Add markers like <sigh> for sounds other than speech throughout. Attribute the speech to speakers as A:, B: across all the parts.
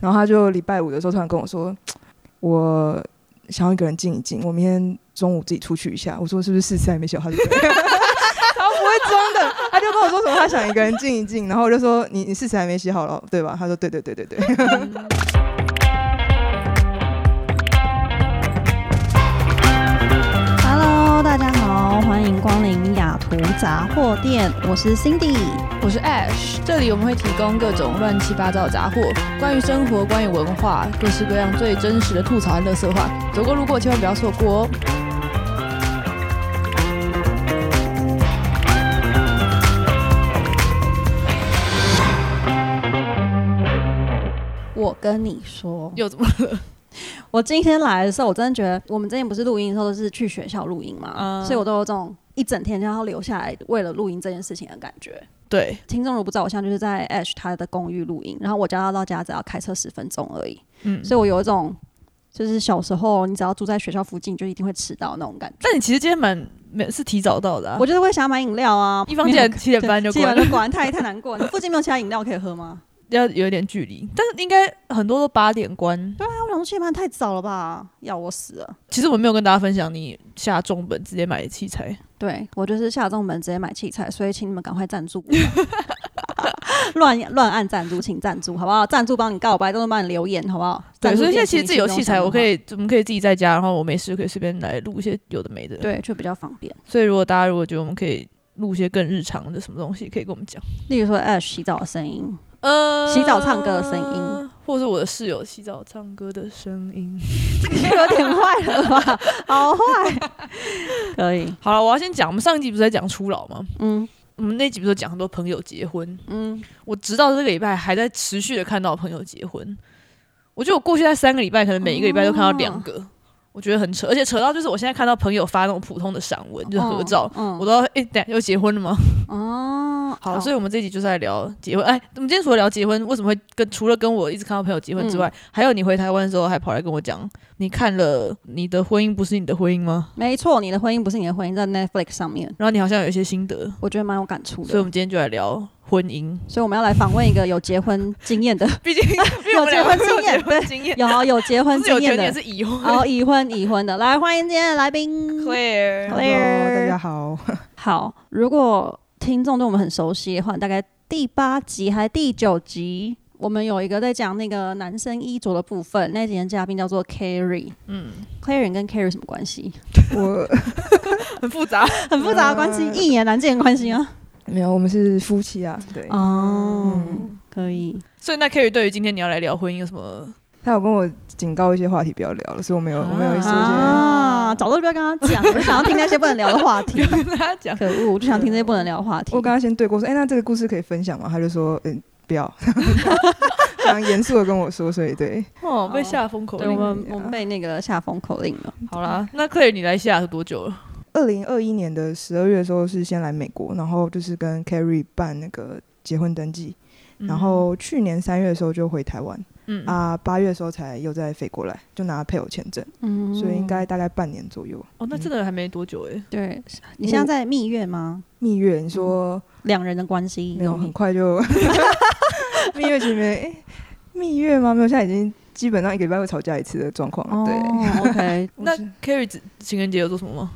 A: 然后他就礼拜五的时候突然跟我说，我想要一个人静一静，我明天中午自己出去一下。我说是不是四次还没写好？他就 <laughs> 他不会装的，他就跟我说什么他想一个人静一静，然后我就说你你四次还没写好了对吧？他说对对对对对。
B: Hello，大家好，欢迎光临雅图杂货店，我是 Cindy。
C: 我是 Ash，这里我们会提供各种乱七八糟的杂货，关于生活，关于文化，各式各样最真实的吐槽和乐色话，走过路过千万不要错过哦。
B: 我跟你说，
C: 又怎么了？
B: 我今天来的时候，我真的觉得我们之前不是录音的时候都是去学校录音嘛，
C: 嗯
B: 所以我都有这种一整天然后留下来为了录音这件事情的感觉。
C: <laughs> 对，
B: 听众如果不知道，我现在就是在 Ash 他的公寓录音，然后我家到到家只要开车十分钟而已，
C: 嗯，
B: 所以我有一种就是小时候你只要住在学校附近就一定会迟到那种感觉。
C: 但你其实今天蛮蛮是提早到的、啊
B: 我，就是会想要买饮料啊，
C: 一方面 <laughs> 七点半就
B: 七点半
C: 关了，
B: 就关，太太难过了。你附近没有其他饮料可以喝吗？
C: 要有一点距离，但是应该很多都八点关。
B: 啊，我想说七点半太早了吧，要我死了。
C: 其实我没有跟大家分享，你下重本直接买的器材，
B: 对我就是下重本直接买器材，所以请你们赶快赞助我。 <laughs> 乱乱按赞助，请赞助好不好？赞助帮你告白，都能帮你留言好不好？
C: 对，
B: 赞助
C: 所以现在
B: 店
C: 其实自己有器材，
B: 请你
C: 我可以我们可以自己在家，然后我没事可以随便来录一些有的没的。
B: 使用，对，就比较方便。
C: 所以如果大家如果觉得我们可以录一些更日常的什么东西，可以跟我们讲。
B: 例如说，哎，洗澡的声音， <laughs>
C: 呃
B: 洗澡唱歌的声音，
C: 或是我的室友洗澡唱歌的声音。
B: 有点坏了吧？好坏，可以，
C: 好了，我要先讲，我们上一集不是在讲初老吗？
B: 嗯
C: 我们那集不是讲很多朋友结婚，
B: 嗯，
C: 我直到这个礼拜还在持续的看到朋友结婚。我觉得我过去在三个礼拜，可能每一个礼拜都看到两个，我觉得很扯，而且扯到就是我现在看到朋友发那种普通的散文，就是合照。
B: 嗯
C: 我都要哎、诶等一下又结婚了吗？
B: 哦，
C: 好，所以我们这一集就是在聊结婚。哎，我们今天除了聊结婚，为什么会跟除了跟我一直看到朋友结婚之外，还有你回台湾的时候还跑来跟我讲，你看了你的婚姻不是你的婚姻吗？
B: 哦没错，你的婚姻不是你的婚姻，在 Netflix 上面，
C: 然后你好像有一些心得，
B: 我觉得蛮有感触的。
C: 所以我们今天就来聊婚姻。
B: 所以我们要来访问一个有结婚经验的，
C: <laughs> 毕竟因为我们两个都有结婚经验，
B: 有有结婚
C: 不是有
B: 经
C: 结
B: 验
C: 婚也
B: 的，
C: 是已婚。
B: 然后已婚已婚的，来欢迎今天的来宾。
A: <laughs>
C: Claire，
A: Hello，
B: Claire
A: 大家好， <laughs>
B: 好，如果听众对我们很熟悉的话，大概第八集还是第九集，我们有一个在讲那个男生衣着的部分，那几天嘉宾叫做 Carrie。
C: 嗯，
B: Carrie 你跟 Carrie 什么关系？
A: 我
C: 很复杂。
B: 很复杂的关
C: 呃
B: 系，一言难尽的关系啊。
A: 没有，我们是夫妻啊，对。
B: 哦，可以。
C: 所以那 Carrie 对于今天你要来聊婚姻有什么？ <laughs>
A: 他有跟我警告一些话题不要聊了，所以我没有，我没有一些一些。
B: 啊，早都不要跟他讲，我想要听那些不能聊的话题。
C: 跟大家
B: <laughs>
C: 讲，
B: 可恶，我就想听这些不能聊的话题。
A: 我跟他先对过说，哎、那这个故事可以分享吗？他就说，嗯、不要。 <laughs> 非常严肃的跟我说，所以对，
C: 哦，被下风口
B: 对我
C: 令。
B: 们我们被那个啊下风口令了。
C: 好啦，那 Claire 你来西雅图多久了？
A: 二零二一年的十二月的时候是先来美国，然后就是跟 Carrie 办那个结婚登记，然后去年三月的时候就回台湾，
C: 嗯
A: 啊，八月的时候才又再飞过来，就拿配偶签证，
B: 嗯
A: 所以应该大概半年左右。
C: 哦，那真的还没多久哎、
B: 对。你现在在蜜月吗？
A: 蜜月，你说 <laughs>
B: 两人的关系
A: 嗯没有，很快就蜜月其实没、哎蜜月吗？没有，现在已经基本上一个礼拜会吵架一次的状况了。对，
B: 哦，OK，
A: 我
C: 那
A: 是
C: Carrie 只情人节有做什么吗？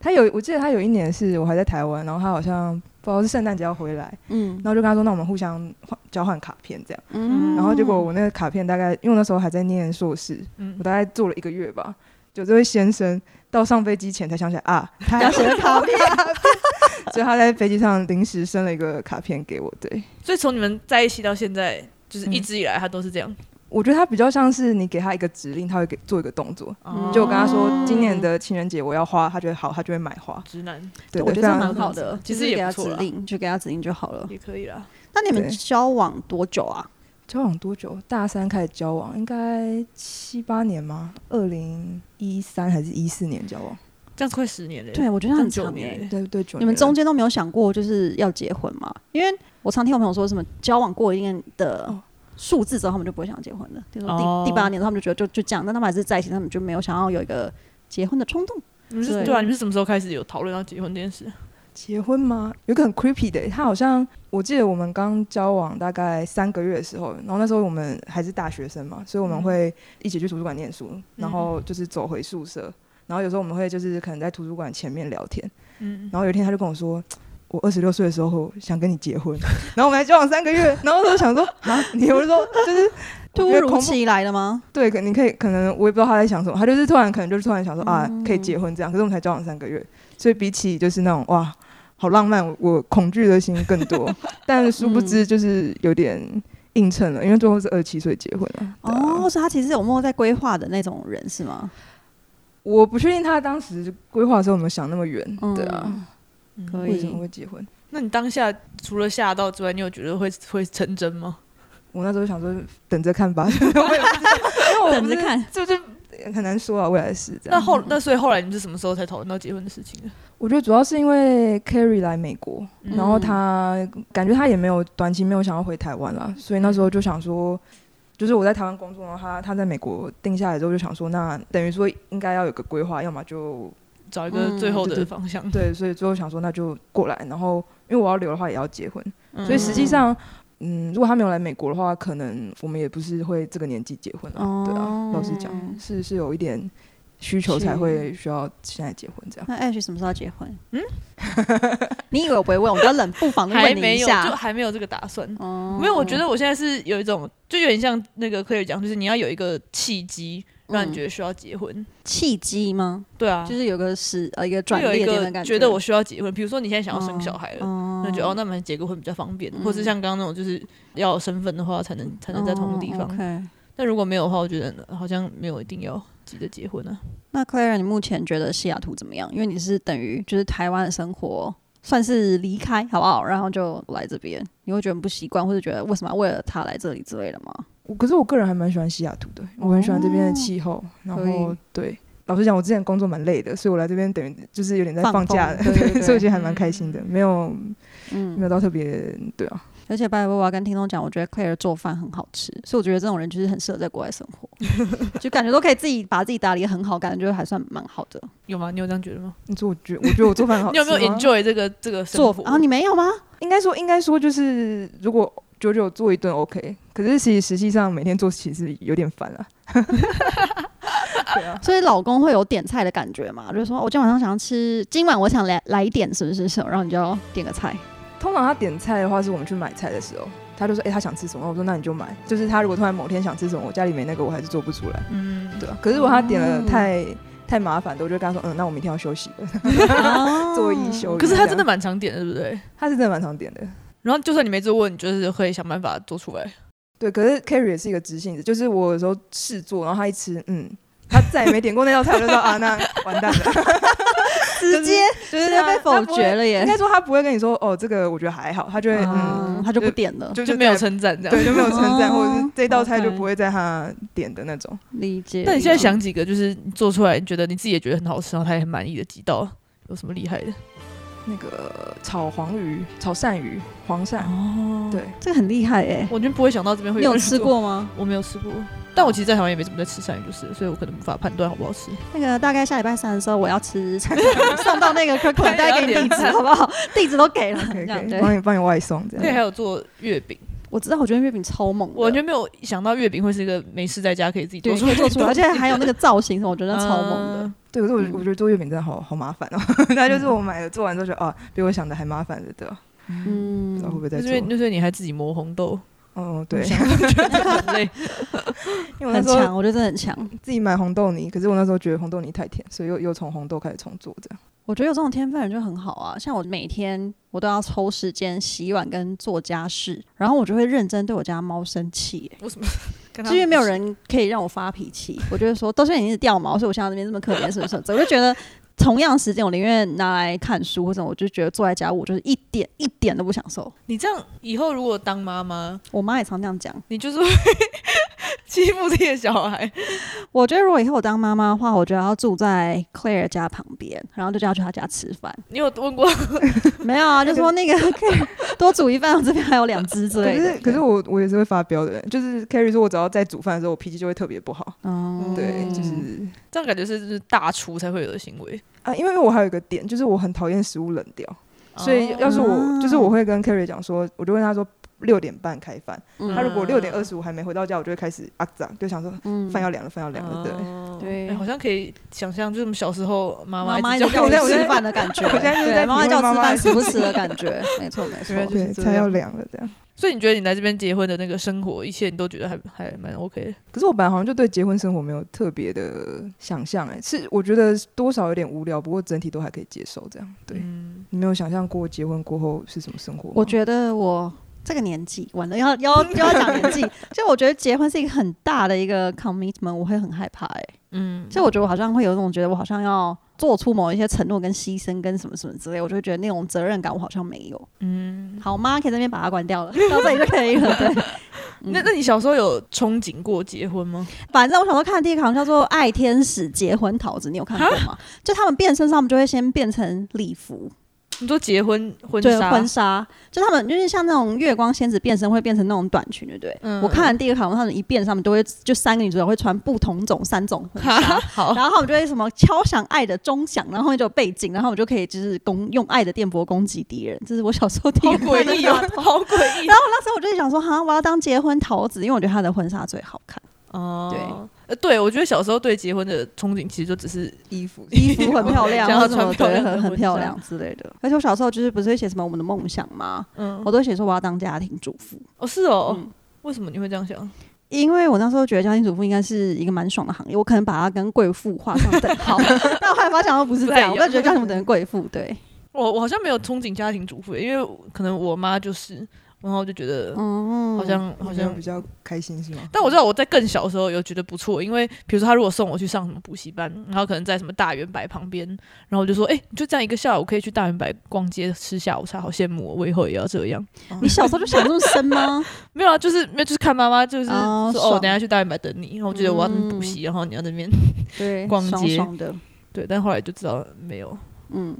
A: 他有，我记得他有一年是我还在台湾，然后他好像不知道是圣诞节要回来，
B: <laughs> 嗯
A: 然后就跟他说，那我们互相换交换卡片这样。
B: 嗯
A: 然后结果我那个卡片大概，因为我那时候还在念硕士，
C: 嗯
A: 我，大概做了一个月吧。就这位先生到上飞机前才想起来啊，他
B: 要写个卡
A: 片， <laughs> 所以他在飞机上临时生了一个卡片给我。对，
C: 所以从你们在一起到现在，就是一直以来他都是这样。
A: 我觉得他比较像是你给他一个指令，他会给做一个动作。
C: 哦
B: 嗯
A: 就我跟他说，今年的情人节我要花，他觉得好，他就会买花。
C: 直男
A: 对，
B: 我觉
A: 对啊非常
B: 得这蛮好的，
C: 其
B: 就
C: 实
B: 是
C: 也
B: 给他
C: 不错
B: 指
C: 啦
B: 令，嗯就给他指令就好了。
C: 也可以啦。
B: 那你们
A: 对
B: 交往多久啊？
A: 交往多久？大三开始交往，应该七八年吗？二零一三还是一四年交往？
C: 这样子快十年了耶，
B: 对，我觉得很
C: 这
B: 长
C: 样九年
B: 耶
C: 耶。
A: 对对，九年了。
B: 你们中间都没有想过就是要结婚吗？因为我常听我朋友说什么交往过一定的
A: 哦
B: 数字之后，他们就不会想结婚了。比如说第、
C: 哦
B: 第八年，他们就觉得就就这样，但他们还是在一起，他们就没有想要有一个结婚的冲动。
C: 你们是
B: 对
C: 对啊？你们是什么时候开始有讨论要结婚这件事？
A: 结婚吗？有一个很 creepy 的，欸他好像我记得我们刚交往大概三个月的时候，然后那时候我们还是大学生嘛，所以我们
C: 嗯
A: 会一起去图书馆念书，然后就是走回宿舍，然后有时候我们会就是可能在图书馆前面聊天，
C: 嗯，
A: 然后有一天他就跟我说。我二十六岁的时候想跟你结婚，然后我们还交往三个月，然后我就想说啊，你我就说就是
B: 突
A: 我觉得
B: 如
A: 恐怖
B: 其来的吗？
A: 对，可你可以可能我也不知道他在想什么，他就是突然可能就是突然想说、啊
B: 嗯，
A: 可以结婚这样，可是我们才交往三个月，所以比起就是那种哇，好浪漫，我我恐惧的心更
B: <laughs>
A: 多，但殊不
B: 嗯
A: 知就是有点映衬了，因为最后是二十七岁结婚了。对啊
B: 哦，所以他其实有默默在规划的那种人是吗？
A: 我不确定他当时规划的时候有没有想那么远，
B: 嗯
A: 对啊，
B: 可以
A: 为什么会结婚？
C: 那你当下除了吓到之外，你有觉得会会成真吗？
A: 我那时候想说等着看吧， <laughs> 我也不知道因为我
B: 等
A: 不
B: 着
A: 是，
C: <laughs>
B: 看。
A: 就是很难说啊，未来是这
C: 那
A: 样。
C: 后那所以后来你是什么时候才讨论到结婚的事情啊的？
A: 我觉得主要是因为 Carrie 来美国，
C: 嗯
A: 然后他感觉他也没有短期没有想要回台湾啦，所以那时候就想说，就是我在台湾工作，然后他他在美国定下来之后就想说，那等于说应该要有个规划，要么就
C: 找一个最后
A: 嗯对
C: 的
A: 对
C: 方向，
A: 对，所以最后想说那就过来，然后因为我要留的话也要结婚，
C: 嗯
A: 所以实际上，嗯，如果他没有来美国的话，可能我们也不是会这个年纪结婚了，对啊，老实讲
B: 哦
A: 是是有一点需求
B: 是
A: 才会需要现在结婚这样。
B: 那 Ash 什么时候要结婚？嗯， <laughs> 你以为我不会问？我要冷不防的
C: 还
B: 问你
C: 没
B: 一
C: 有就
B: 下。
C: 还没有这个打算。
B: 哦
C: 没有，我觉得我现在是有一种，就有点像那个 Claire 讲，就是你要有一个契机，让你觉得需要结婚。
B: 嗯契机吗？
C: 对啊，
B: 就是有个时呃一个
C: 就
B: 转
C: 有
B: 捩
C: 一
B: 点的感
C: 个觉得我需要结婚，比如说你现在想要生
B: 嗯
C: 小孩了，
B: 哦
C: 那就哦，那么结个婚比较方便，
B: 嗯
C: 或是像刚刚那种就是要有身份的话才能才能在同个地
B: 哦
C: 方。
B: OK
C: 但如果没有的话，我觉得好像没有一定要急着结婚啊。
B: 那 Claire，你目前觉得西雅图怎么样？因为你是等于就是台湾的生活算是离开好不好？然后就来这边，你会觉得很不习惯，或者觉得为什么要为了他来这里之类的吗？
A: 我可是我个人还蛮喜欢西雅图的，我很喜欢这边的气候，然
B: 可以
A: 后对。老实讲，我之前工作蛮累的，所以我来这边等于就是有点在
B: 放
A: 哎放假 <laughs>
B: 风对对对
A: 所以我觉得还蛮开心的，没有没
B: <laughs> 嗯，
A: 有到特别对啊。
B: 而且拜托我要跟听众讲，我觉得 Claire 做饭很好吃，所以我觉得这种人就是很适合在国外生
A: <laughs>
B: 活，就感觉都可以自己把自己打理得很好，感觉还算蛮好的。
C: 有吗？你有这样觉得吗？
A: 你说我觉得我觉得我做饭很好
C: 你
A: 吃
C: 有
A: 哦吗，
C: 没有 enjoy 这个这个生
B: 做
C: 活？
B: 啊，你没有吗？
A: 应该说应该说就是如果久久做一顿 OK，可是其实实际上每天做其实有点烦了、啊。 <laughs> 对啊，
B: 所以老公会有点菜的感觉嘛？就是说哦我、今天晚上想要吃，今晚我想来来一点，是不是？然后你就要点
A: <laughs>
B: 个菜。
A: 通常他点菜的话是我们去买菜的时候，他就说哎、他想吃什么，我说那你就买。就是他如果突然某天想吃什么，我家里没那个我还是做不出来。
C: 嗯，
A: 对啊，可是如果他点了
B: 嗯
A: 太、太麻烦的，我就跟他说，嗯，那我明天要休息了， <laughs>
B: 哦
A: 做一休。
C: 可是他真的
A: 这样，
C: 蛮常点的，对不对？
A: 他是真的蛮常点的。
C: 然后就算你没做过，你就是会想办法做出来。
A: 对，可是 Carrie 也是一个直性子，就是我有时候试做，然后他一吃，嗯，他再也没点过那道菜，我就知道 <laughs> 啊，那完蛋
C: <laughs>
A: 了，
B: 直接
A: 就
B: 直
A: 是
B: 接
A: 他
B: 被否
A: 他
B: 决。了
A: 不会应
B: 耶，嗯
A: 该说他不会跟你说，哦，这个我觉得还好，他就会嗯，
B: 嗯，他就不点了，
A: 就
C: <laughs> 啊就没有
A: 再
C: 称赞这样。
A: 对，就没有称赞，
B: 哦
A: 或者是这道菜
B: OK
A: 就不会在他点的那种。
B: 理解。
C: 那你现在想几个，就是你做出来，你觉得你自己也觉得很好吃，然后他也很满意的几道，有什么厉害的？
A: 那个炒黄鱼、炒鳝鱼、黄鳝，
C: 哦
A: 对，
B: 这个很厉害耶，
C: 完全不会想到这边会
B: 你有
C: 人
B: 吃
C: 做？
B: 过吗？
C: 我没有吃过，但我其实在台湾也没怎么在吃鳝鱼，就是，所以我可能无法判断好不好吃。
B: 那个大概下礼拜三的时候我要吃， <laughs> 送到那个 c o 大家给你地址好不好？地址都给了，
A: 可
B: 这
A: 以
B: 样
A: 可以，
B: 对。
A: 帮你帮你外送这
C: 那还
A: 样。
C: 有做月饼，
B: 我知道，我觉得月饼超猛的，
C: 我完全没有想到月饼会是一个没事在家可以自己
B: 对
C: 做出 <laughs> 来的
B: 做
C: 东
B: 出
C: 西，
B: 来，而且还有那个造型什么，我觉
C: <laughs>
B: 得超猛的。
C: 嗯。
A: 对，可是我
B: 嗯
A: 我觉得做月饼真的好好麻烦哦， <laughs> 那就是我买了做完之后觉得啊，比我想的还麻烦的，对吧？不知道会不
B: 嗯，
A: 会再
C: 就是
A: 做
C: 因为。就是你还自己磨红 <laughs> 豆，
A: 哦，对，
C: 想到就觉得很累。
A: 因为我那
B: 很
A: 时候
B: 强，我觉得真的很强。
A: 自己买红豆泥，可是我那时候觉得红豆泥太甜，所以又又从红豆开始重做这样。
B: 我觉得有这种天分的人就很好啊。像我每天我都要抽时间洗碗跟做家事，然后我就会认真对我家猫生气耶、
C: 为什么？跟他
B: 就是因为没有人可以让我发脾气，我就会说都是你一直掉毛，所以我现在这边这么可怜，是不是？我就觉得同样时间，我宁愿拿来看书，或者我就觉得坐在家务，我就是一点一点都不享受。
C: 你这样以后如果当妈妈，
B: 我妈也常这样讲。
C: 你就是会欺负自己的小孩。
B: 我觉得如果以后我当妈妈的话，我觉得要住在 Claire 家旁边，然后就叫她去她家吃饭。
C: 你有问过？
B: 没有啊，就说那个 <laughs> Claire 多煮一份，我这边还有两只之
A: 可
B: 类的。
A: 是可是我我也是会发飙的人，就是 Carrie 说我只要在煮饭的时候，我脾气就会特别不好。
B: 哦
A: 对，就是
C: <laughs> 这样感觉是就是大厨才会有的行为
A: 啊，因为我还有一个点，就是我很讨厌食物冷掉。所
C: 哦
A: 以
B: 哦
A: 要是我就是我会跟 Carrie 讲说，我就问他说六点半开饭，
B: 嗯
A: 他如果
C: 嗯
A: 六点二十五还没回到家，我就会开始啊咋，就想说
B: 嗯
A: 饭要凉了，饭要凉了，对。
C: 哦
B: 对
C: 哎好像可以想象，就是我们小时候妈
B: 妈妈
C: 一
B: 一
C: 直
B: 直
C: 叫
B: 叫
C: 我
B: 我
A: 我
B: 吃
A: 现在
B: 饭的感觉，
A: 我现在就是
B: 对
A: 在
B: 妈妈
A: 体
B: 叫
A: 会
B: 我吃
A: 妈妈
B: 饭
A: 的
B: 时不时的感觉，没错没错
C: 原。来就是
A: 对，
C: 这
A: 菜要
C: 样。
A: 凉了这样。
C: <laughs> 所以你觉得你来这边结婚的那个生活，一切你都觉得还还蛮 OK 的？
A: 可是我本来好像就对结婚生活没有特别的想象，哎，是我觉得多少有点无聊，不过整体都还可以接受这样。对，
C: 嗯，
A: 你没有想象过结婚过后是什么生活吗？
B: 我觉得我这个年纪完了，要要要讲年纪，就我觉得结婚是一个很大的一个 commitment，我会很害怕哎、
C: 嗯，
B: 就我觉得我好像会有一种觉得我好像要做出某一些承诺跟牺牲跟什么什么之类，我就会觉得那种责任感我好像没有。
C: 嗯，
B: 好，妈可以这边把它关掉了，到这里就可以了。对，嗯
C: 那那你小时候有憧憬过结婚吗？
B: 反正我想说看的第一个好像叫做《爱天使结婚桃子》，你有看过吗？就他们变身上，他们就会先变成礼服，
C: 你说结婚婚
B: 对，
C: 纱
B: 婚纱，就他们就是像那种月光仙子变身会变成那种短裙，对不对？
C: 嗯
B: 我看完第一个卡通，他们一变身，他们都会就三个女主角会穿不同种三种 <laughs> 婚纱，
C: 好，
B: 然后他们就会什么敲响爱的钟响，然后后面就有背景，然后我们就可以就是攻用爱的电波攻击敌人。这是我小时候第
C: 好
B: 一个看
C: 诡
B: 的
C: 异
B: 卡通
C: 哦，好诡异
B: 然后那时候我就想说，哈，我要当结婚桃子，因为我觉得她的婚纱最好
C: <laughs>
B: 看，
C: 哦。呃，对，我觉得小时候对结婚的憧憬其实就只是
A: 衣服，
B: 衣服很漂
C: <laughs>
B: 亮，
A: <laughs>
C: 想
B: 然
C: 要
B: 后什么
C: 穿漂
B: 对
C: 亮的
B: 很很
C: 婚
B: 漂
C: 纱
B: 亮之类的。而且我小时候就是不是会写什么我们的梦想吗？
C: 嗯，
B: 我都写说我要当家庭主妇。
C: 哦是哦
B: 嗯，
C: 为什么你会这样想？
B: 因为我那时候觉得家庭主妇应该是一个蛮爽的行业，我可能把它跟贵妇画上等
C: <laughs>
B: 号，但我后来发现好像不是这样，我
C: 不太一样
B: 就觉得家庭主妇等于贵妇，
C: <laughs>
B: 对，
C: 我我好像没有憧憬家庭主妇，因为可能我妈就是，然后就觉得
B: 嗯，
C: 好像好
A: 好像
C: 像
A: 比较开心是吗？
C: 但我知道我在更小的时候有觉得不错，因为比如说他如果送我去上什么补习班，然后可能在什么大圆白旁边，然后我就说，哎、你就这样一个下午可以去大圆白逛街吃下午茶，好羡慕我，我以后也要这样。
B: 你小时候就想这么深吗？
C: 没有啊，就是没有，就是看妈妈就是、
B: 哦
C: 说，哦，
B: 爽嗯
C: 等一下去大圆白等你，然后我觉得我要补习，然后你要在那边
B: 对，
C: 逛
B: 爽
C: 街
B: 爽的，
C: 对，但后来就知道没有。
B: 嗯，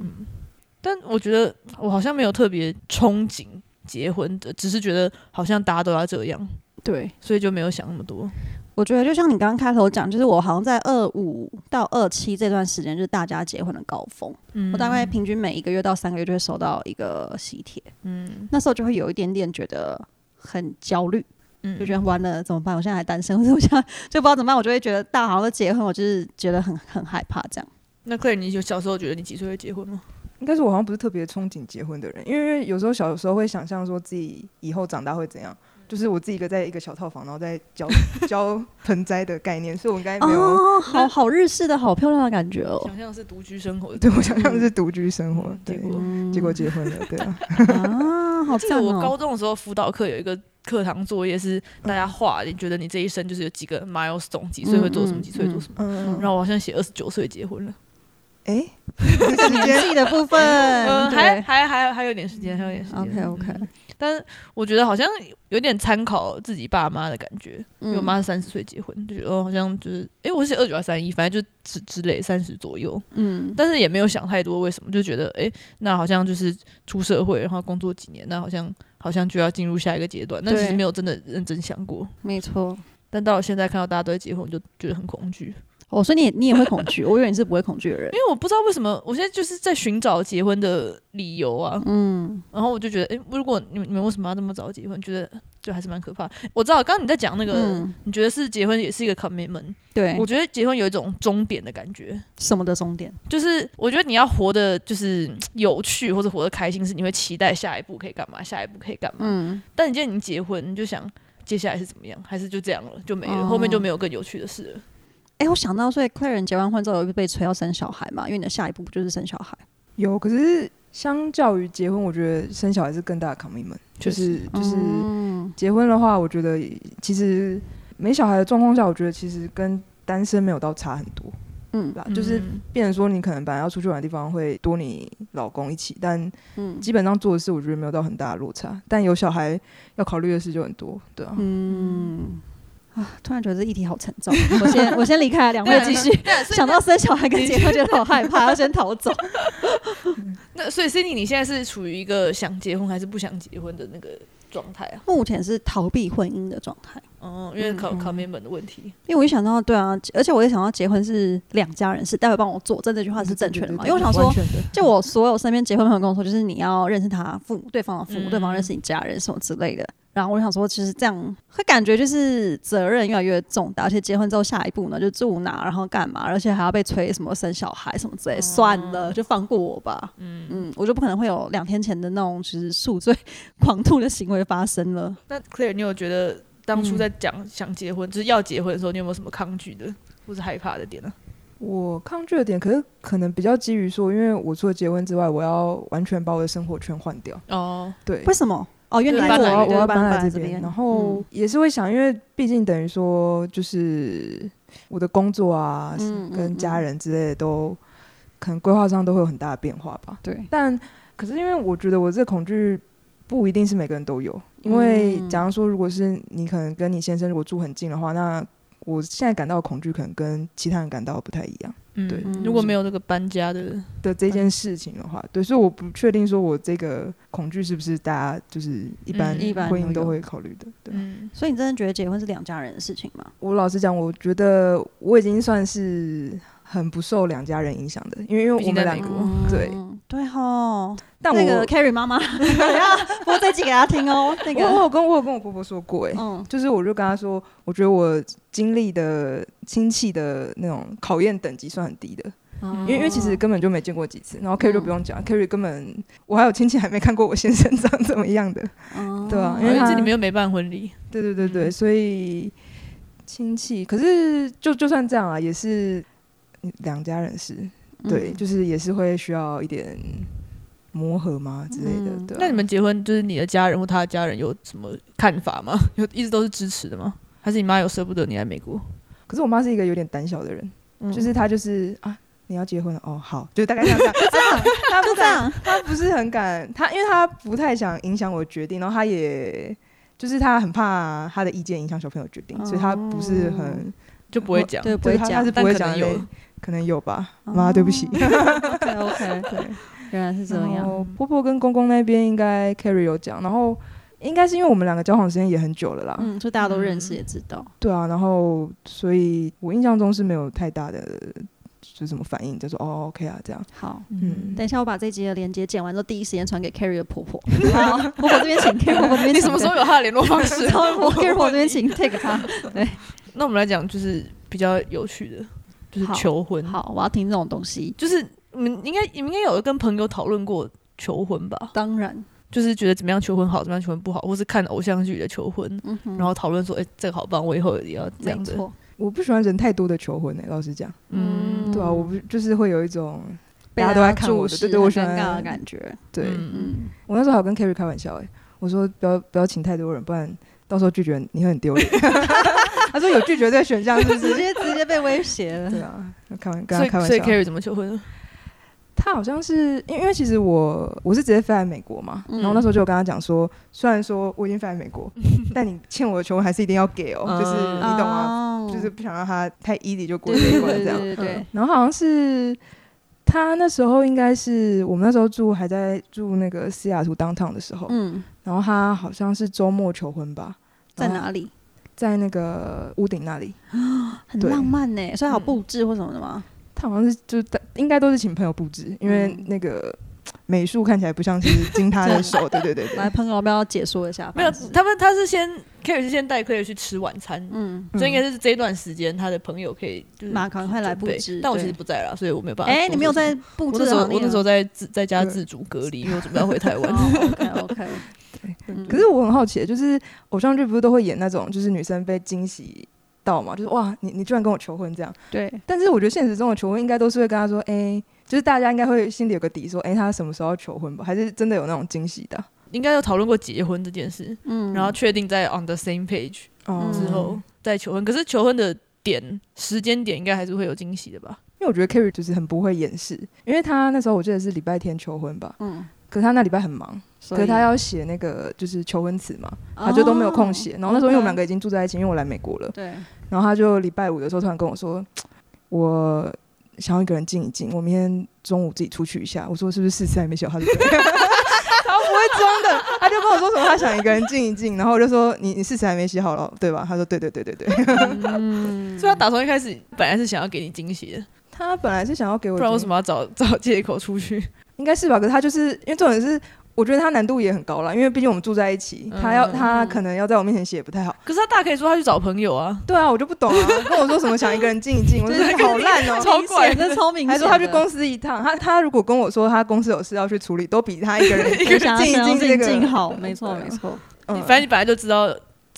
C: 但我觉得我好像没有特别憧憬结婚的，只是觉得好像大家都要这样，
B: 对，
C: 所以就没有想那么多。
B: 我觉得就像你刚刚开头讲，就是我好像在二五到二七这段时间，就是大家结婚的高峰，
C: 嗯，
B: 我大概平均每一个月到三个月就会收到一个喜帖，
C: 嗯
B: 那时候就会有一点点觉得很焦虑。
C: 嗯
B: 就觉得完了怎么办？我现在还单身，或 <laughs> 者我现在就不知道怎么办，我就会觉得大家好像都结婚，我就是觉得很很害怕这样。
C: 那 Claire，你有小时候觉得你几岁会结婚吗？
A: 应该是我好像不是特别憧憬结婚的人，因为有时候小时候会想象说自己以后长大会怎样，就是我自己一个在一个小套房，然后在教教盆栽的概念，所以我应该没有。
B: 哦，好好日式的好漂亮的感觉哦。
C: 想象是独居生活的
A: 对我想象的是独居生活
C: 嗯，
A: 对
C: 结，果
B: 嗯
A: 结果结婚了，对啊，
B: 啊，好
C: 记得
B: 赞
C: 我
B: 哦！
C: 高中的时候辅导课有一个课堂作业是大家画，你觉得你这一生就是有几个 milestone，几岁会做什
B: 嗯
C: 么，
B: 嗯
C: 几岁做什么。
A: 嗯，
C: 然后我好像写二十九岁结婚了，
A: 哎，时
B: 年
A: 间
B: 纪的部分， <laughs>
C: 嗯，还
B: 哎对
C: 还还还有点时间，还有点时间。
B: OK OK，
C: 但是我觉得好像有点参考自己爸妈的感觉，因为我
B: 有？
C: 妈三十岁结婚，就觉得哦好像就是，诶，我是二九还三一，反正就之之类三十左右，
B: 嗯，
C: 但是也没有想太多，为什么就觉得诶，那好像就是出社会，然后工作几年，那好像好像就要进入下一个阶段，但
B: 对
C: 其实没有真的认真想过。
B: 没错。
C: 但到了现在看到大家都在结婚，我就觉得很恐惧，因
B: 哦，所以你你也会恐惧？ <laughs> 我以为你是不会恐惧的人。
C: 为我不知道为什么，我现在就是在寻找结婚的理由啊。
B: 嗯，
C: 然后我就觉得，诶，如果你们你们为什么要这么早结婚？觉得就还是蛮可怕。我知道刚刚你在讲那个，
B: 嗯
C: 你觉得是结婚也是一个 commitment，
B: 对
C: 我，觉得结婚有一种终点的感觉。
B: 什么的终点？
C: 就是我觉得你要活得就是嗯有趣或者活得开心，是你会期待下一步可以干嘛，下一步可以干嘛。
B: 嗯，
C: 但你今天你结婚，你就想接下来是怎么样，还是就这样了，就没了，
B: 哦
C: 后面就没有更有趣的事了。
B: 哎，我想到，所以 Claren 结完婚之后有被催要生小孩嘛？因为你的下一步不就是生小孩？
A: 有，可是相较于结婚，我觉得生小孩是更大的 commitment，就
C: 确
A: 是
C: 实
A: 就是
B: 嗯
A: 结婚的话，我觉得其实没小孩的状况下，我觉得其实跟单身没有到差很多
B: 嗯
A: 吧，就是
C: 嗯
A: 变成说你可能本来要出去玩的地方会多你老公一起，但
B: 嗯
A: 基本上做的事我觉得没有到很大的落差，但有小孩要考虑的事就很多，对啊，
B: 嗯，啊，突然觉得这议题好沉重，我先我先离开了，啊两位继续。想到生小孩跟结婚，觉得好害怕，要先逃 <laughs> 走。
C: 那所以 Cindy，你现在是处于一个想结婚还是不想结婚的那个状态啊？
B: 目前是逃避婚姻的状态，
C: 嗯，因为考
B: 嗯
C: 考面本的问题，
B: 因为我一想到，对啊，而且我也想到结婚是两家人，是待会帮我作证这句话是正确的嘛？因为我想说
A: 完，全的
B: 就我所有身边结婚朋友跟我说，就是你要认识他父母、对方的父母、
C: 嗯
B: 对方认识你家人什么之类的。然后我想说，其实这样会感觉就是责任越来越重大，而且结婚之后下一步呢，就住哪，然后干嘛，而且还要被催什么生小孩什么之类，
A: 哦
B: 算了，就放过我吧。嗯嗯，我就不可能会有两天前的那种就是宿醉 <laughs> 狂吐的行为发生了。
C: 那 Claire，你有觉得当初
B: 嗯
C: 在讲、想结婚，就是要结婚的时候，你有没有什么抗拒的或是害怕的点呢、
A: 我抗拒的点，可是可能比较基于说，因为我除了结婚之外，我要完全把我的生活圈换掉。
C: 哦，
A: 对，
B: 为什么？哦，因
A: 因
B: 为你
A: 为
C: 搬
A: 我
C: 来
A: 要我
C: 对
A: 要搬
B: 来嗯
A: 来这边，然后也是会想，因为毕竟等于说就是我的工作啊，
B: 嗯嗯
A: 跟家
B: 嗯
A: 人之类的都可能规划上都会有很大的变化吧。
B: 对，
A: 但可是因为我觉得我这个恐惧不一定是每个人都有，因为
B: 嗯
A: 假如说如果是你可能跟你先生如果住很近的话，那我现在感到的恐惧可能跟其他人感到的不太一样
C: 嗯
A: 对
C: 如果没有那个搬家的，
A: 的这件事情的话，对，所以我不确定说我这个恐惧是不是大家就是一般
C: 嗯一
B: 般
A: 婚
B: 都
A: 姻都
B: 有
A: 会考虑的，对。
C: 嗯，
B: 所以你真的觉得结婚是两家人的事情吗？
A: 我老实讲，我觉得我已经算是很不受两家人影响的，因为因为
C: 毕
A: 我
C: 竟在
A: 们
C: 美
A: 两个
C: 国哦
B: 嗯
A: 对，
B: 对吼，
A: 但我、
B: 那个 Carrie 妈 <laughs> 妈要播啊这集给她听哦。那
A: 我我
B: 个，
A: 有跟我有跟我婆婆说
C: 哦
A: 过、欸，
B: 嗯，
A: 就是我就跟她说，我觉得我经历的亲戚的那种考验等级算很低的，
C: 哦嗯
B: 哦
A: 因为因为其实根本就没见过几次，然后 Kerry 就不用讲、c k e r r y 根本我还有亲戚还没看过我先生 <laughs> 长怎么样的，
B: 嗯，
A: 对啊因
C: 哦因
A: 为
C: 为
A: 他
C: 这里面又没办婚礼，
A: 对啊对对
C: 嗯
A: 对，所以亲戚可是就就算这样啊，也是嗯两家人是
B: 嗯
A: 对，，就是也是会需要一点磨合嘛之类的。
B: 嗯
A: 对啊、
C: 那你们结婚，就是你的家人或他的家人有什么看法吗？有一直都是支持的吗？还是你妈有舍不得你来美国？
A: 可是我妈是一个有点胆小的人，
C: 嗯
A: 就是她就是啊，你要结婚了哦，好，就是大概这
C: <laughs>
A: 样这样，她不
B: 就这
A: 敢，
B: 样，
A: 她不是很敢，她因为她不太想影响我的决定，然后她也就是她很怕她的意见影响小朋友的决定，所以她不是很
C: 就哦不会讲。
B: 对，不会
A: 她
B: 讲
A: 她是不
C: 但
A: 会
C: 可
A: 讲的
C: 能有哦
A: 类，可能有吧，妈，对不
C: <laughs>
A: 起。
B: OK OK，
A: 对，
B: 原来是这
A: 然
B: 样，
A: 后哦婆婆跟公公那边应该 Carrie 有讲，然后应该是因为我们两个交往时间也很久了啦，
B: 嗯，就大家都认识也知道，
A: 对啊，然后所以我印象中是没有太大的就是什么反应，就说哦 OK 啊这样，
B: 好。
A: 嗯，
B: 等一下，我把这集的链接剪完之后，第一时间传给 Carrie 的婆 <laughs> 婆。好婆婆这边请 Carrie，婆婆这边请？
C: 你什么时候有他的联络方式
B: <laughs>
A: <laughs>
B: 我 Carrie 婆婆这边
C: 你
B: 请 take 她。
C: 那我们来讲，就是比较有趣的，就是
B: 好
C: 求婚。
B: 好，我要听这种东西。
C: 就是你们应该你们应该有跟朋友讨论过求婚吧？
B: 当然，
C: 就是觉得怎么样求婚好，怎么样求婚不好，或是看偶像剧的求婚，
B: 嗯哼，
C: 然后讨论说，哎、这个好棒，我以后也要这
B: 没
C: 样的。
B: 错，
A: 我不喜欢人太多的求婚诶、欸老实讲，
B: 嗯
A: 对啊，我不就是会有一种
B: 被
A: 大家都在看
B: 注
A: 我的，
B: 视
A: 对对，我
B: 很
A: 喜欢
B: 尴尬的感觉。
A: 对、
C: 嗯，
B: 嗯，
A: 我那时候还有跟 Carrie 开玩笑诶、我说不要不要请太多人，不然到时候拒绝你会很丢
B: <laughs>
A: 脸。他说有拒绝这个选项是不
B: 直 <laughs>
A: 是？
B: 接直接被威胁了。
A: 对啊，开玩跟
C: 所
A: 他
C: 以
A: 开玩
C: 所以
A: 笑。
C: Carrie 怎么求婚 <laughs> 呢？
A: 他好像是因为因为其实我我是直接飞来美国嘛，
B: 嗯
A: 然后那时候就有跟他讲说，虽然说我已经飞来美
B: <laughs>
A: 国，但你欠我的求婚还是一定要给哦，
C: 嗯
A: 就是你懂吗？
B: 哦
A: 就是不想让他太 easy 就过
B: 对
A: 这
B: 对
A: 一关
B: 对
A: 这样。
B: 对对对，
A: 然后好像是他那时候应该是我们那时候住还在住那个西雅图 downtown 的时候，
B: 嗯，
A: 然后他好像是周末求婚吧，
B: 在
A: 然后
B: 哪里？
A: 在那个屋顶那里，
B: 很
A: 对
B: 浪漫呢，所以好布置或什么的吗？
A: 他好像是就是大应该都是请朋友布置，因为
B: 嗯
A: 那个。美术看起来不像是经他的
B: <laughs>
A: 手，对对对对。
B: 来，朋友要不要解说一下？
C: 没有
B: 反正，
C: 他们他是先 Carrie 是先带 Claire 去吃晚餐，
B: 嗯，
C: 所以应该是这段时间他的朋友可以就是
B: 马赶快来布
C: 准
B: 置
C: 备。但我
B: 对
C: 其实不在了，所以我没有办法说什么。
B: 哎，你没有在布
C: 我
B: 置
C: 那
B: 的
C: 时候
B: 行列
C: 我那时候
B: 吗
C: 在自在家
A: 对
C: 自主隔离，因为我准备要回台湾。
B: <laughs> 哦，OK 嗯 OK，
A: 可是我很好奇，就是偶像剧不是都会演那种，就是女生被惊喜到嘛，就是哇，你你居然跟我求婚这样。
B: 对，
A: 但是我觉得现实中的求婚应该都是会跟他说，哎、就是大家应该会心里有个底，说，哎、他什么时候要求婚吧？还是真的有那种惊喜的啊？
C: 应该有讨论过结婚这件事，
B: 嗯
C: 然后确定在 on the same page
A: 哦、
C: 之后再求婚。可是求婚的点时间点应该还是会有惊喜的吧？
A: 因为我觉得 Carrie 就是很不会掩饰，因为他那时候我记得是礼拜天求婚吧，
B: 嗯，
A: 可是他那礼拜很忙，
B: 所
A: 可是
B: 以
A: 他要写那个就是求婚词嘛，他就都没有空写。然后那时候因为我们两个已经住在一起，因为我来美国了
B: 哦，对，
A: 然后他就礼拜五的时候突然跟我说，我想 <laughs> 要一个人静一静，我明天中午自己出去一下。我说是不是四次还没写好？他就然后不会装的。他就跟我说什么他想一个人静一静，然后我就说你你事实还没写好了对吧？他说对对对对 <laughs> 对。
B: 嗯
C: 所以他打从一开始本来是想要给你惊喜的，
A: 他本来是想要给我，
C: 不然为什？么要找 <laughs> 找借口出去？
A: 应该是吧？可是他就是因为重点是。我觉得他难度也很高啦，因为毕竟我们住在一起，他要
C: 嗯
A: 他可能要在我面前写也不太好。
C: 可是他大可以说他去找朋友啊，
A: 对啊，我就不懂啊，跟我说什么想一个人静一静， <laughs> 我就觉得好烂哦、
C: 超怪
B: 这超明显的。
A: 还说他去公司一趟，他他如果跟我说他公司有事要去处理，都比他一个人
B: 我想要
A: 静一
B: 想要
A: 静这
B: 静
A: 个 <laughs>
B: 静好，没错
A: 对啊
B: 没错。
A: 嗯
C: 反正你本来就知道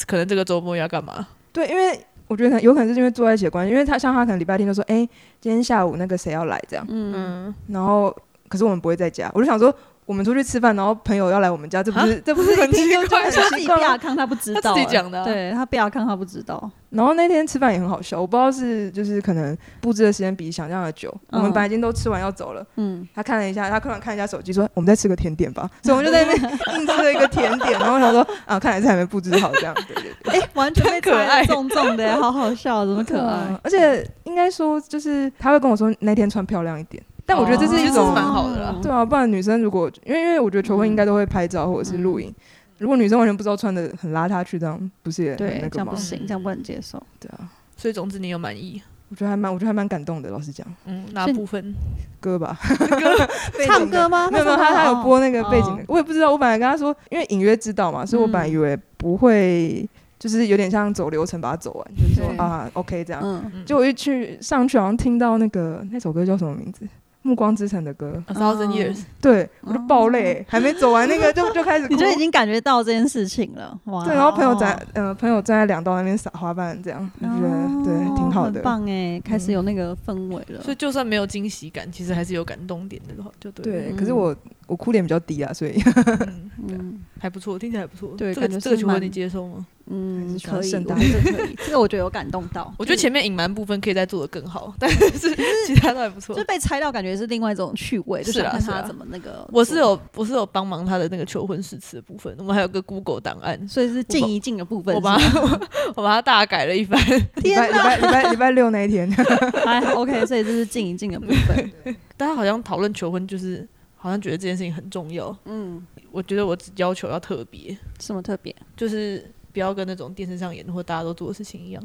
C: 可能这个周末要干嘛。
A: 对，因为我觉得可能有可能是因为坐在一起的关系，因为他像他可能礼拜天就说，哎、今天下午那个谁要来这样，
B: 嗯，
A: 然后可是我们不会在家，我就想说我们出去吃饭，然后朋友要来我们家，这不是这不是一听就就
B: 他
A: 很
B: 说自
A: 奇
B: 己
A: 怪
B: 不亚
A: 吗。
B: 康，他不知道，哎
C: 他自己讲的啊
B: 对他不亚康，他不知道。
A: 然后那天吃饭也很好笑，我不知道是就是可能布置的时间比想象的久，我们
B: 嗯
A: 本来已经都吃完要走了，
B: 嗯，
A: 他看了一下，他突然看一下手机，说：“我们再吃个甜点吧。”所以我们就在那边硬吃了一个甜点，然后他说：“啊，看来是还没布置好这样。”对对对，
B: 哎，完全被
C: 可爱
B: 猜得重重的， <laughs> 好好笑，怎么可爱？
A: 嗯
C: 嗯
A: 而且应该说，就是他会跟我说那天穿漂亮一点，但我觉得
B: 哦
A: 这是一
C: 其实
A: 种、
C: 是蛮好的啦
B: 嗯
A: 对啊，不然女生如果因为因为我觉得求婚应该都会拍照或者是录影，如果女生完全不知道穿的很邋遢去，这样不是也
B: 对
A: 很那，
B: 这
A: 个
B: 样
A: 吗
B: 不？行，这样不能接受。
A: 对啊，
C: 所以总之你有满意，
A: 我觉得还蛮我觉得还蛮感动的，老实讲，
C: 嗯，哪
B: 是
C: 部分？
A: 歌吧，背景的
B: 唱歌吗？
A: 没有没有，他他有播那个背景的
B: 哦，嗯
A: 我也不知道。我本来跟他说，因为隐约知道嘛，所以我本来以为不会，就是有点像走流程把它走完，就是说
B: 对
A: 啊，OK 这样。
B: 嗯，
A: 就我一去上去，好像听到那个那首歌叫什么名字，《暮光之城》的歌，
C: A thousand
B: 嗯
C: years，
A: 对我就爆泪，还没走完那
B: <laughs>
A: 个就就开始哭
B: 哦你。就已经感哦觉到这件事情了，哇！
A: 对，然后朋友在呃朋友站在两道那边撒花瓣，这样我就觉得对
B: 哦
A: 挺好
B: 很
A: 的。
B: 棒哎，开始有那个氛围了
C: 所。以就算没有惊喜感，其实还是有感动点的，就对了。
A: 对，
B: 嗯
A: 可是我我哭点比较低啊，所以
C: 嗯，
B: 嗯
C: 还不错，听起来还不错。
B: 对
C: 这个
B: 感觉是
C: 这个求婚
B: 蛮
C: 你接受吗？
A: 还是
B: 嗯，
A: 喜欢
B: 可以，
A: 盛
B: 我
A: 大
B: 觉得可以， <laughs> 这个我觉得有感动到。
C: 我觉得前面隐瞒部分可以再做得更好，但是其他都还不错
B: <laughs> 就。被猜到，感觉是另外一种趣味，就是想
C: 啦
B: 看
C: 是
B: 他
C: 啦
B: 怎么那个。
C: 我是，有我是有帮忙他的那个求婚誓词的部分，我们还有个 Google 档案，
B: 所以是静一静的部分。
C: 我把
B: 是吗
C: <laughs> 我把它大改了一番。
A: 礼拜礼
B: <laughs>
A: 拜礼拜礼拜六那一天，
B: 还好哎 OK，所以这是静一静的部 <laughs> 分。
C: 大家好像讨论求婚，就是好像觉得这件事情很重要。
B: 嗯，
C: 我觉得我只要求要特别，
B: 什么特别？
C: 就是不要跟那种电视上演的或大家都做的事情一样，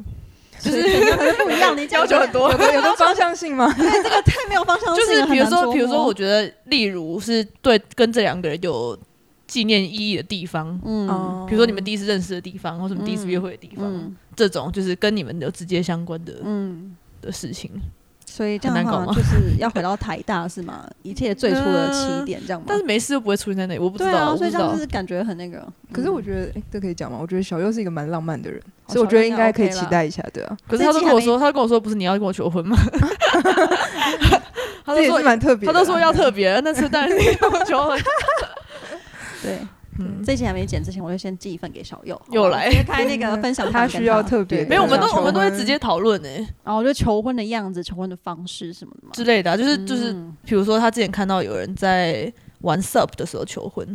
B: 就是 <laughs> 不一样，你讲
C: 要求很多。
A: 有个有个方向性吗？
B: 对这个太没有方向
C: 就
B: 性
C: 是
B: 了，
C: 比如
B: 很难捉哦
C: 说，
B: 摸
C: 比如说，我，觉得，例如是对跟这两个人有纪念意义的地方，
B: 嗯
A: 哦
C: 比如说你们第一次认识的地方，或什么第一次
B: 嗯
C: 约会的地方，
B: 嗯
C: 这种就是跟你们有直接相关的
B: 嗯，
C: 的事情。
B: 所以这样
C: 很
B: 的
C: 难搞
B: 话
C: 吗
B: 就是要回到台大是吗？一切最初的起点这样吗？
C: 但是没事又不会出现在那里，我不知
B: 对
C: 道，
B: 啊，
C: 我不
B: 所以
C: 知
B: 这样
C: 道
B: 就。是感觉很那个。
A: 可是我
B: 嗯
A: 觉得，哎、这可以讲吗？我觉得小优是一个蛮浪漫的人，
B: 哦
A: 所以我觉得
B: 小优
A: 应该可以
B: 那 OK
A: 期
B: 啦
A: 待一下，对啊，
C: 可是他都跟我说，他跟我说不是你要跟我求
B: <laughs>
C: 婚吗？他
A: 这
C: 都
A: 也
C: 说
A: 是蛮特别
C: 他
A: 的啦。嗯
C: 都说要特别， <laughs> 那次当然是要求婚。
B: 对，
C: 嗯，
B: 这一期还没剪之前，我就先寄一份给小右，
C: <laughs> 又来
B: 我直接开那个分享
A: 他
B: 版
A: 需
B: 跟
A: 要特别
B: 对
C: <laughs> 没有，我们都
A: 想求
C: 我
A: 婚
C: 们都会直接讨论呢欸
B: 然后就求婚的样子、求婚的方式什么的嘛，
C: 之类的啊，就是就是
B: 嗯
C: 比如说他之前看到有人在玩 SUP 的时候求婚，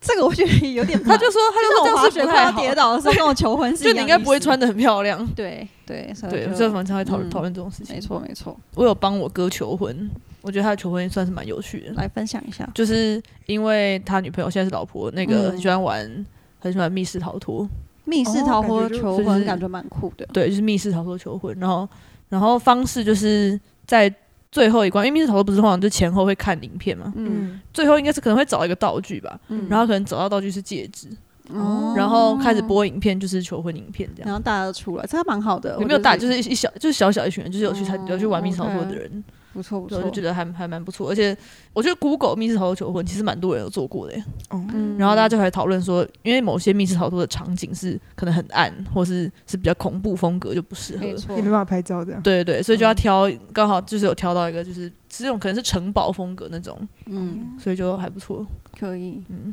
B: 这个我觉得有点麻
C: 他
B: 烦，
C: 就说他
B: 就
C: 就
B: 是我
C: 说这样
B: 嗯滑
C: 是
B: 雪
C: 不
B: 快
C: 太
B: 要
C: 好，
B: 跌倒的时候跟我求婚 <laughs> 是一
C: 就
B: 样
C: 你
B: 的
C: 应该不会
B: 意思
C: 穿，的很漂亮。
B: 对对，所以
C: 对，
B: 就
C: 所以我们常会讨
B: 嗯
C: 讨论这种事情
B: 没。错没错，
C: 我有帮我哥求婚，我觉得他的求婚算是蛮有趣的，
B: 来分享一下，
C: 就是因为他女朋友现在是老婆，那个
B: 嗯
C: 很喜欢玩。很喜欢密室逃脱，
B: 密室逃脱
A: 感觉就
B: 求
C: 就是
B: 婚感觉蛮酷的，
C: 对，就是密室逃脱求婚。然后，然后方式就是在最后一关，因为密室逃脱不是通常就前后会看影片嘛，
B: 嗯
A: 嗯，
C: 最后应该是可能会找一个道具吧，
B: 嗯
C: 然后可能找到道具是戒指，
B: 哦
C: 然后开始播影片，就是求婚影片嗯这样
B: 然。后大家都出来，这还蛮好的，
C: 有没有大？就是是一小，就是小小一群人，就是有去参、
B: 哦
C: 有去玩密室逃脱的
A: OK
C: 人，
B: 不错不
C: 所以
B: 错
C: 我就，觉得还还蛮不错。而且我觉得 Google 密室逃脱求婚其实蛮多人有做过的耶，
A: 哦，
B: 嗯
C: 然后大家就还讨论说，因为某些密室逃脱的场景是可能很暗，或是是比较恐怖风格就不适合。
B: 没错
A: 也没办法拍照这样。
C: 对对对，所以就要
B: 嗯
C: 挑，刚好就是有挑到一个，就是这种可能是城堡风格那种，
B: 嗯
C: 所以就还不错。
B: 可以，
C: 嗯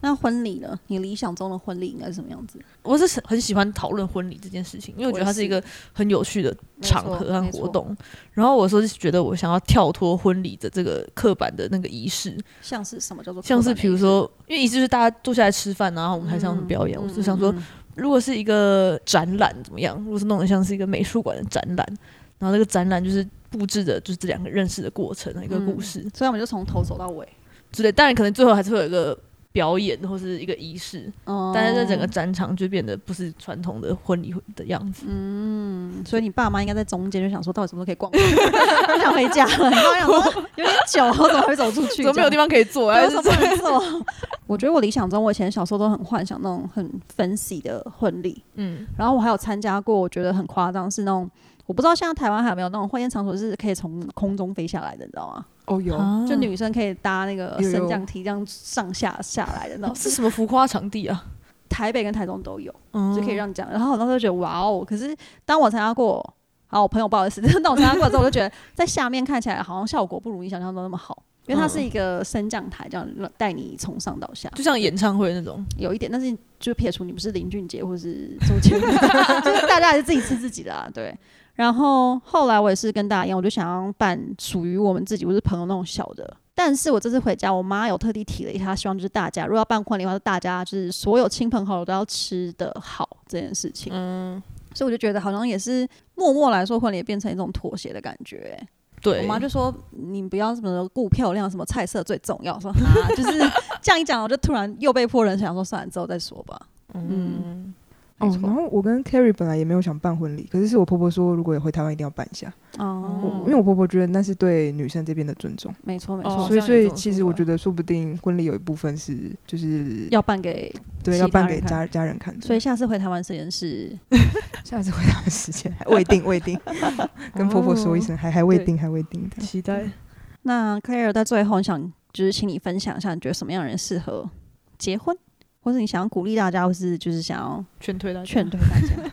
B: 那婚礼呢？你理想中的婚礼应该是什么样子？
C: 我是很喜欢讨论婚礼这件事情，因为我觉得它是一个很有趣的场合和活，动。然后我说是觉得我想要跳脱婚礼的这个刻板的那个仪式，
B: 像是什么叫做
C: 像是比如说，因为仪式就是大家坐下来吃饭啊，然后我们台上有表演。我
B: 嗯
C: 就想说，如果是一个展览怎么样？如果是弄得像是一个美术馆的展览，然后那个展览就是布置的就是这两个认识的过程，一个故事
B: 所以我们就从头走到尾，
C: 之类。当然，可能最后还是会有一个。表演或是一个仪式，
B: 哦
C: <laughs> 但是这整个展场就变得不是传统的婚礼的样子。
B: 嗯所以你爸妈应该在中间就想说，到底什么时候可以逛完？ <laughs> 我想回家了， <laughs> 然后想说有点久，我怎么还会走出去？
C: <laughs> 怎么嗯没有地方可以坐？
B: 对
C: 还
B: 有
C: 是
B: 什么不能做？ <laughs> 我觉得我理想中，我以前小时候都很幻想那种很 fancy 的婚礼，
C: 嗯，
B: 然后我还有参加过，我觉得很夸张，是那种我不知道现在台湾还有没有那种婚宴场所是可以从空中飞下来的，你知道吗？
A: 哦有，
C: 嗯啊
B: 就女生可以搭那个
A: 有有
B: 升降梯这样上下下来的那
C: 哦
B: 种，
C: 是什么浮夸场地啊？
B: 台北跟台中都有，
C: 嗯
B: 就可以让你讲。然后我当时就觉得哇哦，可是当我参加过。好，我朋友不好意思， <laughs> 当我参加过之后，我就觉得在下面看起来好像效果不如你想象中那么好，因为它是一个升降台，这样带你从上到下。
C: 就像演唱会那种，
B: 有一点，但是就撇除你不是林俊杰或是周杰伦， <laughs> 就是大家还是自己吃自己的啊，对。然后后来我也是跟大家一样，我就想要办属于我们自己或是朋友那种小的。但是我这次回家，我妈有特地提了一下，她希望就是大家如果要办婚礼的话，大家就是所有亲朋好友都要吃的好这件事情。
C: 嗯，
B: 所以我就觉得好像也是默默来说，婚礼也变成一种妥协的感觉、欸
C: 对，
B: 我妈就说：“你不要什么顾漂亮，什么菜色最重要。”我说啊，就是这样一讲，我就突然又被迫人想说，算了，之后再说吧。
C: 嗯，
B: 没
A: 哦，
B: 错
A: 然后我跟 Carrie 本来也没有想办婚礼，可是是我婆婆说，如果有回台湾一定要办一下，我
C: 嗯
B: 哦
A: 因为，我婆婆觉得那是对女生这边的尊重，
B: 没错没
C: 哦
B: 错，
A: 所以
C: 好像有
A: 所以
C: 这种
A: 其
C: 说
A: 实我
C: 法
A: 觉得说不定婚礼有一部分是就是
B: 要办给，
A: 对
B: 其
A: 要
B: 他
A: 办
B: 人
A: 给
B: 看
A: 家家人看的，
B: 所以下次回台湾时间是
A: 下次回答的时间还未定未
C: <laughs>
A: 定，跟婆婆说一声，还还未
C: 对
A: 定还未定这样
C: 期待。
B: 那 Claire 在最后你想就是请你分享一下，你觉得什么样的人适合结婚，或是你想要鼓励大家，或是就是想要
C: 劝退大家，
B: 劝退大家。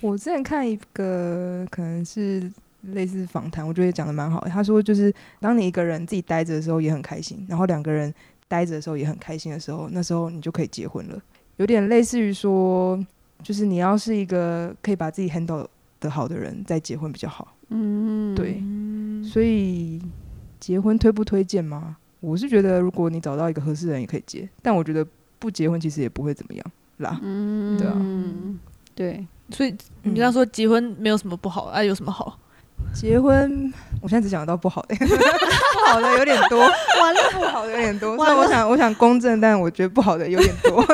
A: 我之前看一个可能是类似访谈，我觉得讲的蛮好的。他说就是当你一个人自己待着的时候也很开心，然后两个人待着的时候也很开心的时候，那时候你就可以结婚了。有点类似于说，就是你要是一个可以把自己 handle 的好的人，再结婚比较好。
B: 嗯，
A: 对，
C: 嗯，
A: 所以结婚推不推荐吗？我是觉得如果你找到一个合适人也可以结，但我觉得不结婚其实也不会怎么样啦。
B: 嗯，
A: 对啊
B: 对，
C: <laughs> 所以
A: 嗯
C: 你这样说结婚没有什么不好，啊，有什么好？
A: 结婚，我现在只想得到不好 <laughs> 的，不好的有点多，完了，不好的有点多。虽然我想我想公正，但我觉得不好的有点多。 <laughs>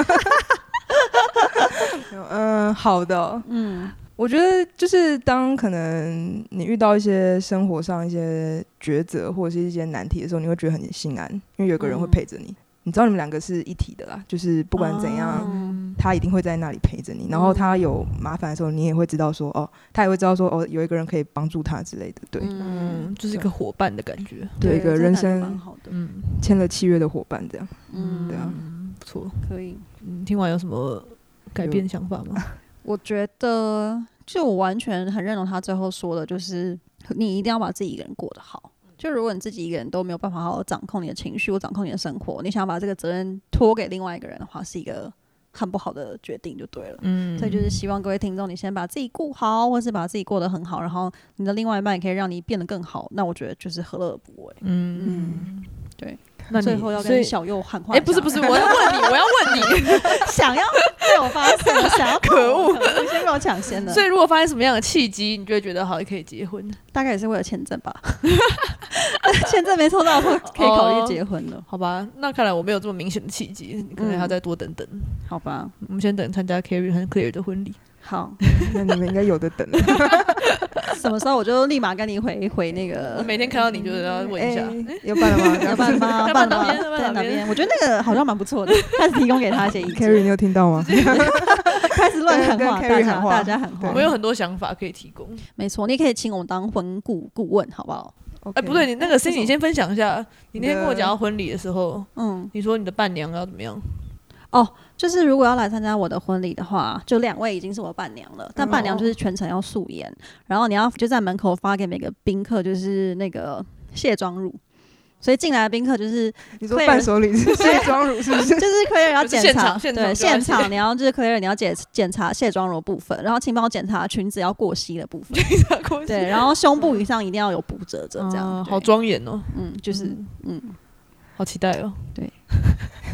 A: 嗯，好的哦、
B: 嗯
A: 我觉得就是当可能你遇到一些生活上一些抉择或者是一些难题的时候，你会觉得很心安，因为有个人会陪着你。你知道你们两个是一体的啦，就是不管怎样，
B: 嗯
A: 他一定会在那里陪着你。然
C: 嗯
A: 后他有麻烦的时候，你也会知道说哦，他也会知道说哦，有一个人可以帮助他之类的。对，
C: 嗯，就是一个伙伴的感觉。
A: 对一个
B: 这
A: 人
B: 感觉蛮
A: 生
B: 好的，
C: 嗯，
A: 签了契约的伙伴，这样
B: 嗯，
A: 对啊
C: 不错。
B: 可以。
C: 你听完有什么改变想法吗？
B: 我觉得，就我完全很认同他最后说的，就是你一定要把自己一个人过得好。就如果你自己一个人都没有办法好好掌控你的情绪，或掌控你的生活，你想把这个责任托给另外一个人的话，是一个很不好的决定，就对了。
C: 嗯，
B: 所以就是希望各位听众，你先把自己顾好，或是把自己过得很好，然后你的另外一半也可以让你变得更好。那我觉得就是何乐而不为。
C: 嗯，
B: 对。
C: 那你
B: 最后要
C: 所
B: 跟
C: 以
B: 小右喊话一
C: 哎，
B: 下，
C: 不是不是，我要问你，我要问 <laughs> 你。
B: <laughs> 想要被我发现了，
C: <laughs>
B: 想要
C: 可恶
B: 你 <laughs> 先被我抢先了。
C: 所以如果发生什么样的契机，你就会觉得好可以结婚，
B: 大概也是为了签证吧， <laughs> 签证没抽到的话
C: 哦
B: 可以考虑结婚了，
C: 好吧？那看来我没有这么明显的契机，可能还要再多等等。
B: 好吧？
C: 我们先等参加 Carrie 和 Claire 的婚礼。
B: 好，
A: <laughs> 那你们应该有的等啊了。
C: <laughs>
B: 什么时候我就立马跟你回回那
C: 我
B: 个。
C: <laughs> 每天看到你就是要问一下，
A: 哎要办了吗？
B: 要办吗？
C: <laughs> 要办
B: 了吗
C: 哪边要办
B: 对
C: 哪
B: 哪
C: 边
B: 边？我觉得那个好像蛮不错
C: <laughs>
B: 的，开始提供给他一些意
A: <laughs> Carrie，
B: 见，
A: 你有听到吗？ <laughs>
B: 开始乱喊
A: 跟
B: 话，
A: 跟
B: 大
A: Carrie
B: 家
A: 喊话
B: 大家喊话
C: 我们。有很多想法可以提供。
B: 没错，你也可以请我们当婚顾顾问，好不好？
A: 哎
C: 哎，不对，，你那个 c
B: 为
C: i
B: 什么
C: 你先分享一下，你那天跟我
A: 你的
C: 讲到婚礼的时候，
B: 嗯，
C: 你说你的伴娘要怎么 <laughs> 样？
B: 就是如果要来参加我的婚礼的话，就两位已经是我的伴娘了，但
C: 哦
B: 伴娘就是全程要素颜，然后你要就在门口发给每个宾客就是那个卸妆乳，所以进来的宾客就是
A: 你
C: 啊
A: 说伴手礼是卸妆乳是不
C: <laughs>
A: 是
B: 就？是 Claire 要检查，
C: 现场现场
B: 对
C: 就要
B: 现
C: 卸
B: 场你要就是 Claire 你要检检查卸妆乳的部分，然后请帮我检查裙子要过膝的部分，
C: <laughs>
B: 对，然后胸部以上一定要有补褶褶这样，
C: 嗯
B: 对
C: 好，庄严哦，
B: 嗯，就是嗯
C: 好期待哦！ <laughs>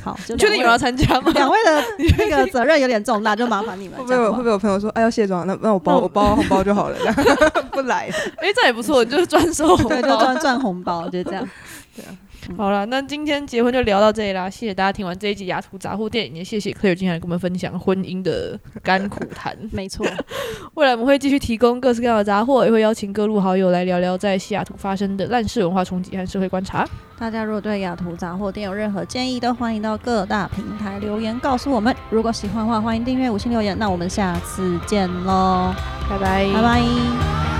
B: 好，就
C: 你确定
B: 两
C: 有人要
B: 位
C: 参加吗？
B: 两位
C: <laughs>
B: 的那个责任有点重大，就麻烦你们
A: 会不会
B: 这样
A: 有
B: 好
A: 会
B: 不
A: 不会
B: 好
A: 有朋友说，哎，要卸妆，那那我包
C: 那我
A: 我包红包就好了， <laughs> 不来。
C: <laughs> 哎，这样也不错，你就是专收红
B: 对，就
C: 包。
B: 赚赚红包，就这样。
A: 对啊
C: 好了，那今天结婚就聊到这里啦，谢谢大家听完这一集雅图杂货店，也谢谢 Claire 今天来跟我们分享婚姻的甘苦 <laughs> 谈。
B: 没错，
C: 未来我们会继续提供各式各样的杂货，也会邀请各路好友来聊聊在西雅图发生的烂事文化冲击和社会观察。
B: 大家如果对雅图杂货店有任何建议，都欢迎到各大平台留言告诉我们。如果喜欢的话，欢迎订阅、五星留言。那我们下次见喽，
C: 拜拜，
B: 拜拜。